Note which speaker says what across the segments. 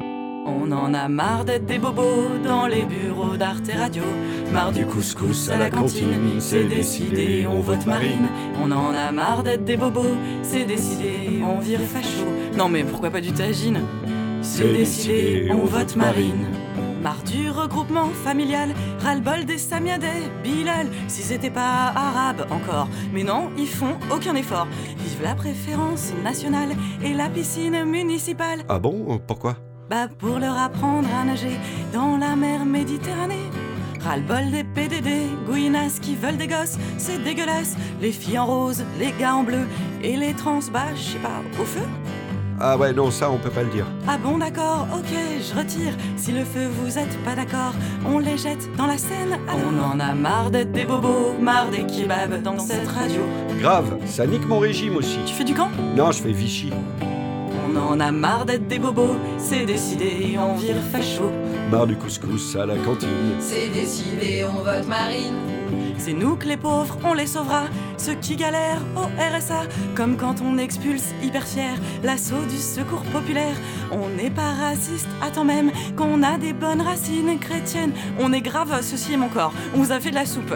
Speaker 1: On en a marre d'être des bobos dans les bureaux d'Arte Radio. Marre du couscous à la cantine, c'est décidé, on vote Marine. On en a marre d'être des bobos, c'est décidé, on vire facho. Non mais pourquoi pas du tagine C'est décidé, on vote Marine. Marre du regroupement familial, ras-le-bol des Samiadets, Bilal, s'ils étaient pas arabes encore. Mais non, ils font aucun effort. Vive la préférence nationale et la piscine municipale.
Speaker 2: Ah bon Pourquoi
Speaker 1: Bah pour leur apprendre à nager dans la mer Méditerranée. Ras-le-bol des PDD, gouinas qui veulent des gosses, c'est dégueulasse. Les filles en rose, les gars en bleu et les trans, bah je sais pas, au feu
Speaker 2: Ah ouais, non, ça on peut pas le dire.
Speaker 1: Ah bon d'accord, ok, je retire. Si le feu vous êtes pas d'accord, on les jette dans la Seine. On en a marre d'être des bobos, marre des kebabs dans cette radio.
Speaker 2: Grave, ça nique mon régime aussi.
Speaker 1: Tu fais du camp
Speaker 2: Non, je fais Vichy.
Speaker 1: On en a marre d'être des bobos, c'est décidé, on vire facho.
Speaker 2: Marre du couscous à la cantine.
Speaker 3: C'est décidé, on vote Marine.
Speaker 1: C'est nous que les pauvres, on les sauvera. Ceux qui galèrent au RSA, comme quand on expulse hyper fier l'assaut du secours populaire. On n'est pas raciste, attends même qu'on a des bonnes racines chrétiennes. On est grave, ceci est mon corps. On vous a fait de la soupe.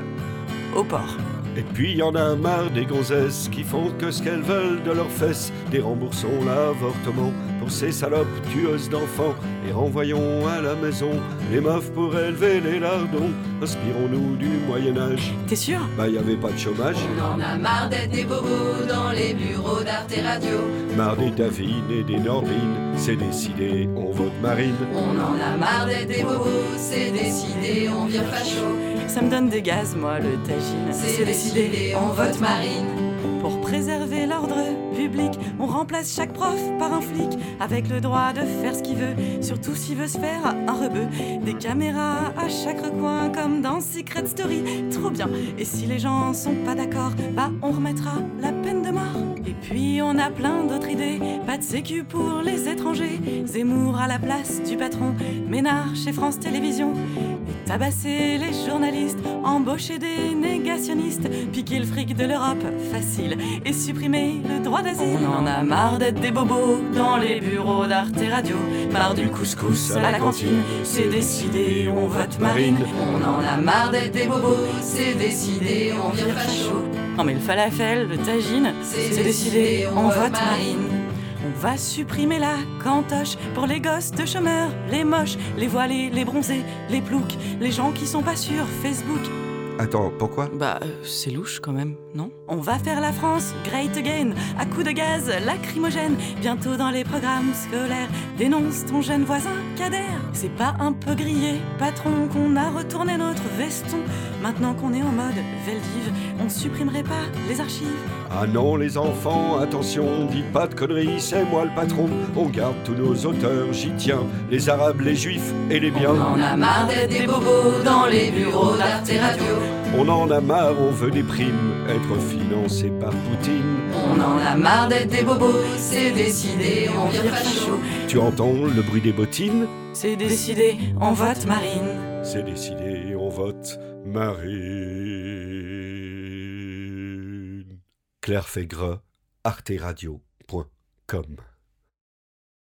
Speaker 1: Au porc.
Speaker 2: Et puis y en a marre des gonzesses qui font que ce qu'elles veulent de leurs fesses. Des remboursons l'avortement pour ces salopes tueuses d'enfants. Et renvoyons à la maison les meufs pour élever les lardons. Inspirons-nous du Moyen-Âge.
Speaker 1: T'es sûr
Speaker 2: Bah, y avait pas de chômage.
Speaker 3: On en a marre d'être des bobos dans les bureaux d'Arte Radio.
Speaker 2: Marre des Davines et des Nordines. C'est décidé, on vote Marine.
Speaker 3: On en a marre d'être des bobos, c'est décidé, on vire facho.
Speaker 1: Ça me donne des gaz, moi, le tagine.
Speaker 3: C'est décidé, on vote Marine.
Speaker 1: Pour préserver l'ordre public, on remplace chaque prof par un flic, avec le droit de faire ce qu'il veut, surtout s'il veut se faire un rebeu. Des caméras à chaque recoin, comme dans Secret Story, trop bien. Et si les gens sont pas d'accord, bah on remettra la peine de mort. Et puis on a plein d'autres idées, pas de sécu pour les étrangers, Zemmour à la place du patron, Ménard chez France Télévisions. Et Tabasser les journalistes, embaucher des négationnistes, piquer le fric de l'Europe, facile, et supprimer le droit d'asile. On en a marre d'être des bobos dans les bureaux d'Arte Radio, marre du couscous à la cantine, c'est décidé, on vote Marine.
Speaker 3: On en a marre d'être des bobos, c'est décidé, on vire facho.
Speaker 1: Non mais le falafel, le tagine, c'est décidé, on vote Marine. On va supprimer la cantoche pour les gosses de chômeurs, les moches, les voilés, les bronzés, les ploucs, les gens qui sont pas sur Facebook.
Speaker 2: Attends, pourquoi
Speaker 1: Bah, c'est louche quand même, non On va faire la France great again, à coups de gaz lacrymogène. Bientôt dans les programmes scolaires, dénonce ton jeune voisin Kader. C'est pas un peu grillé, patron, qu'on a retourné notre veston. Maintenant qu'on est en mode Veldiv, on supprimerait pas les archives.
Speaker 2: Ah non, les enfants, attention, dites pas de conneries, c'est moi le patron. On garde tous nos auteurs, j'y tiens. Les Arabes, les Juifs et les biens.
Speaker 3: On en a marre d'être des bobos dans les bureaux d'Arte Radio.
Speaker 2: On en a marre, on veut des primes. Être financé par Poutine.
Speaker 3: On en a marre d'être des bobos, c'est décidé, on vire facho.
Speaker 2: Tu entends le bruit des bottines
Speaker 1: C'est décidé, on vote Marine.
Speaker 2: C'est décidé, on vote Marine. Claire Fégre, arteradio.com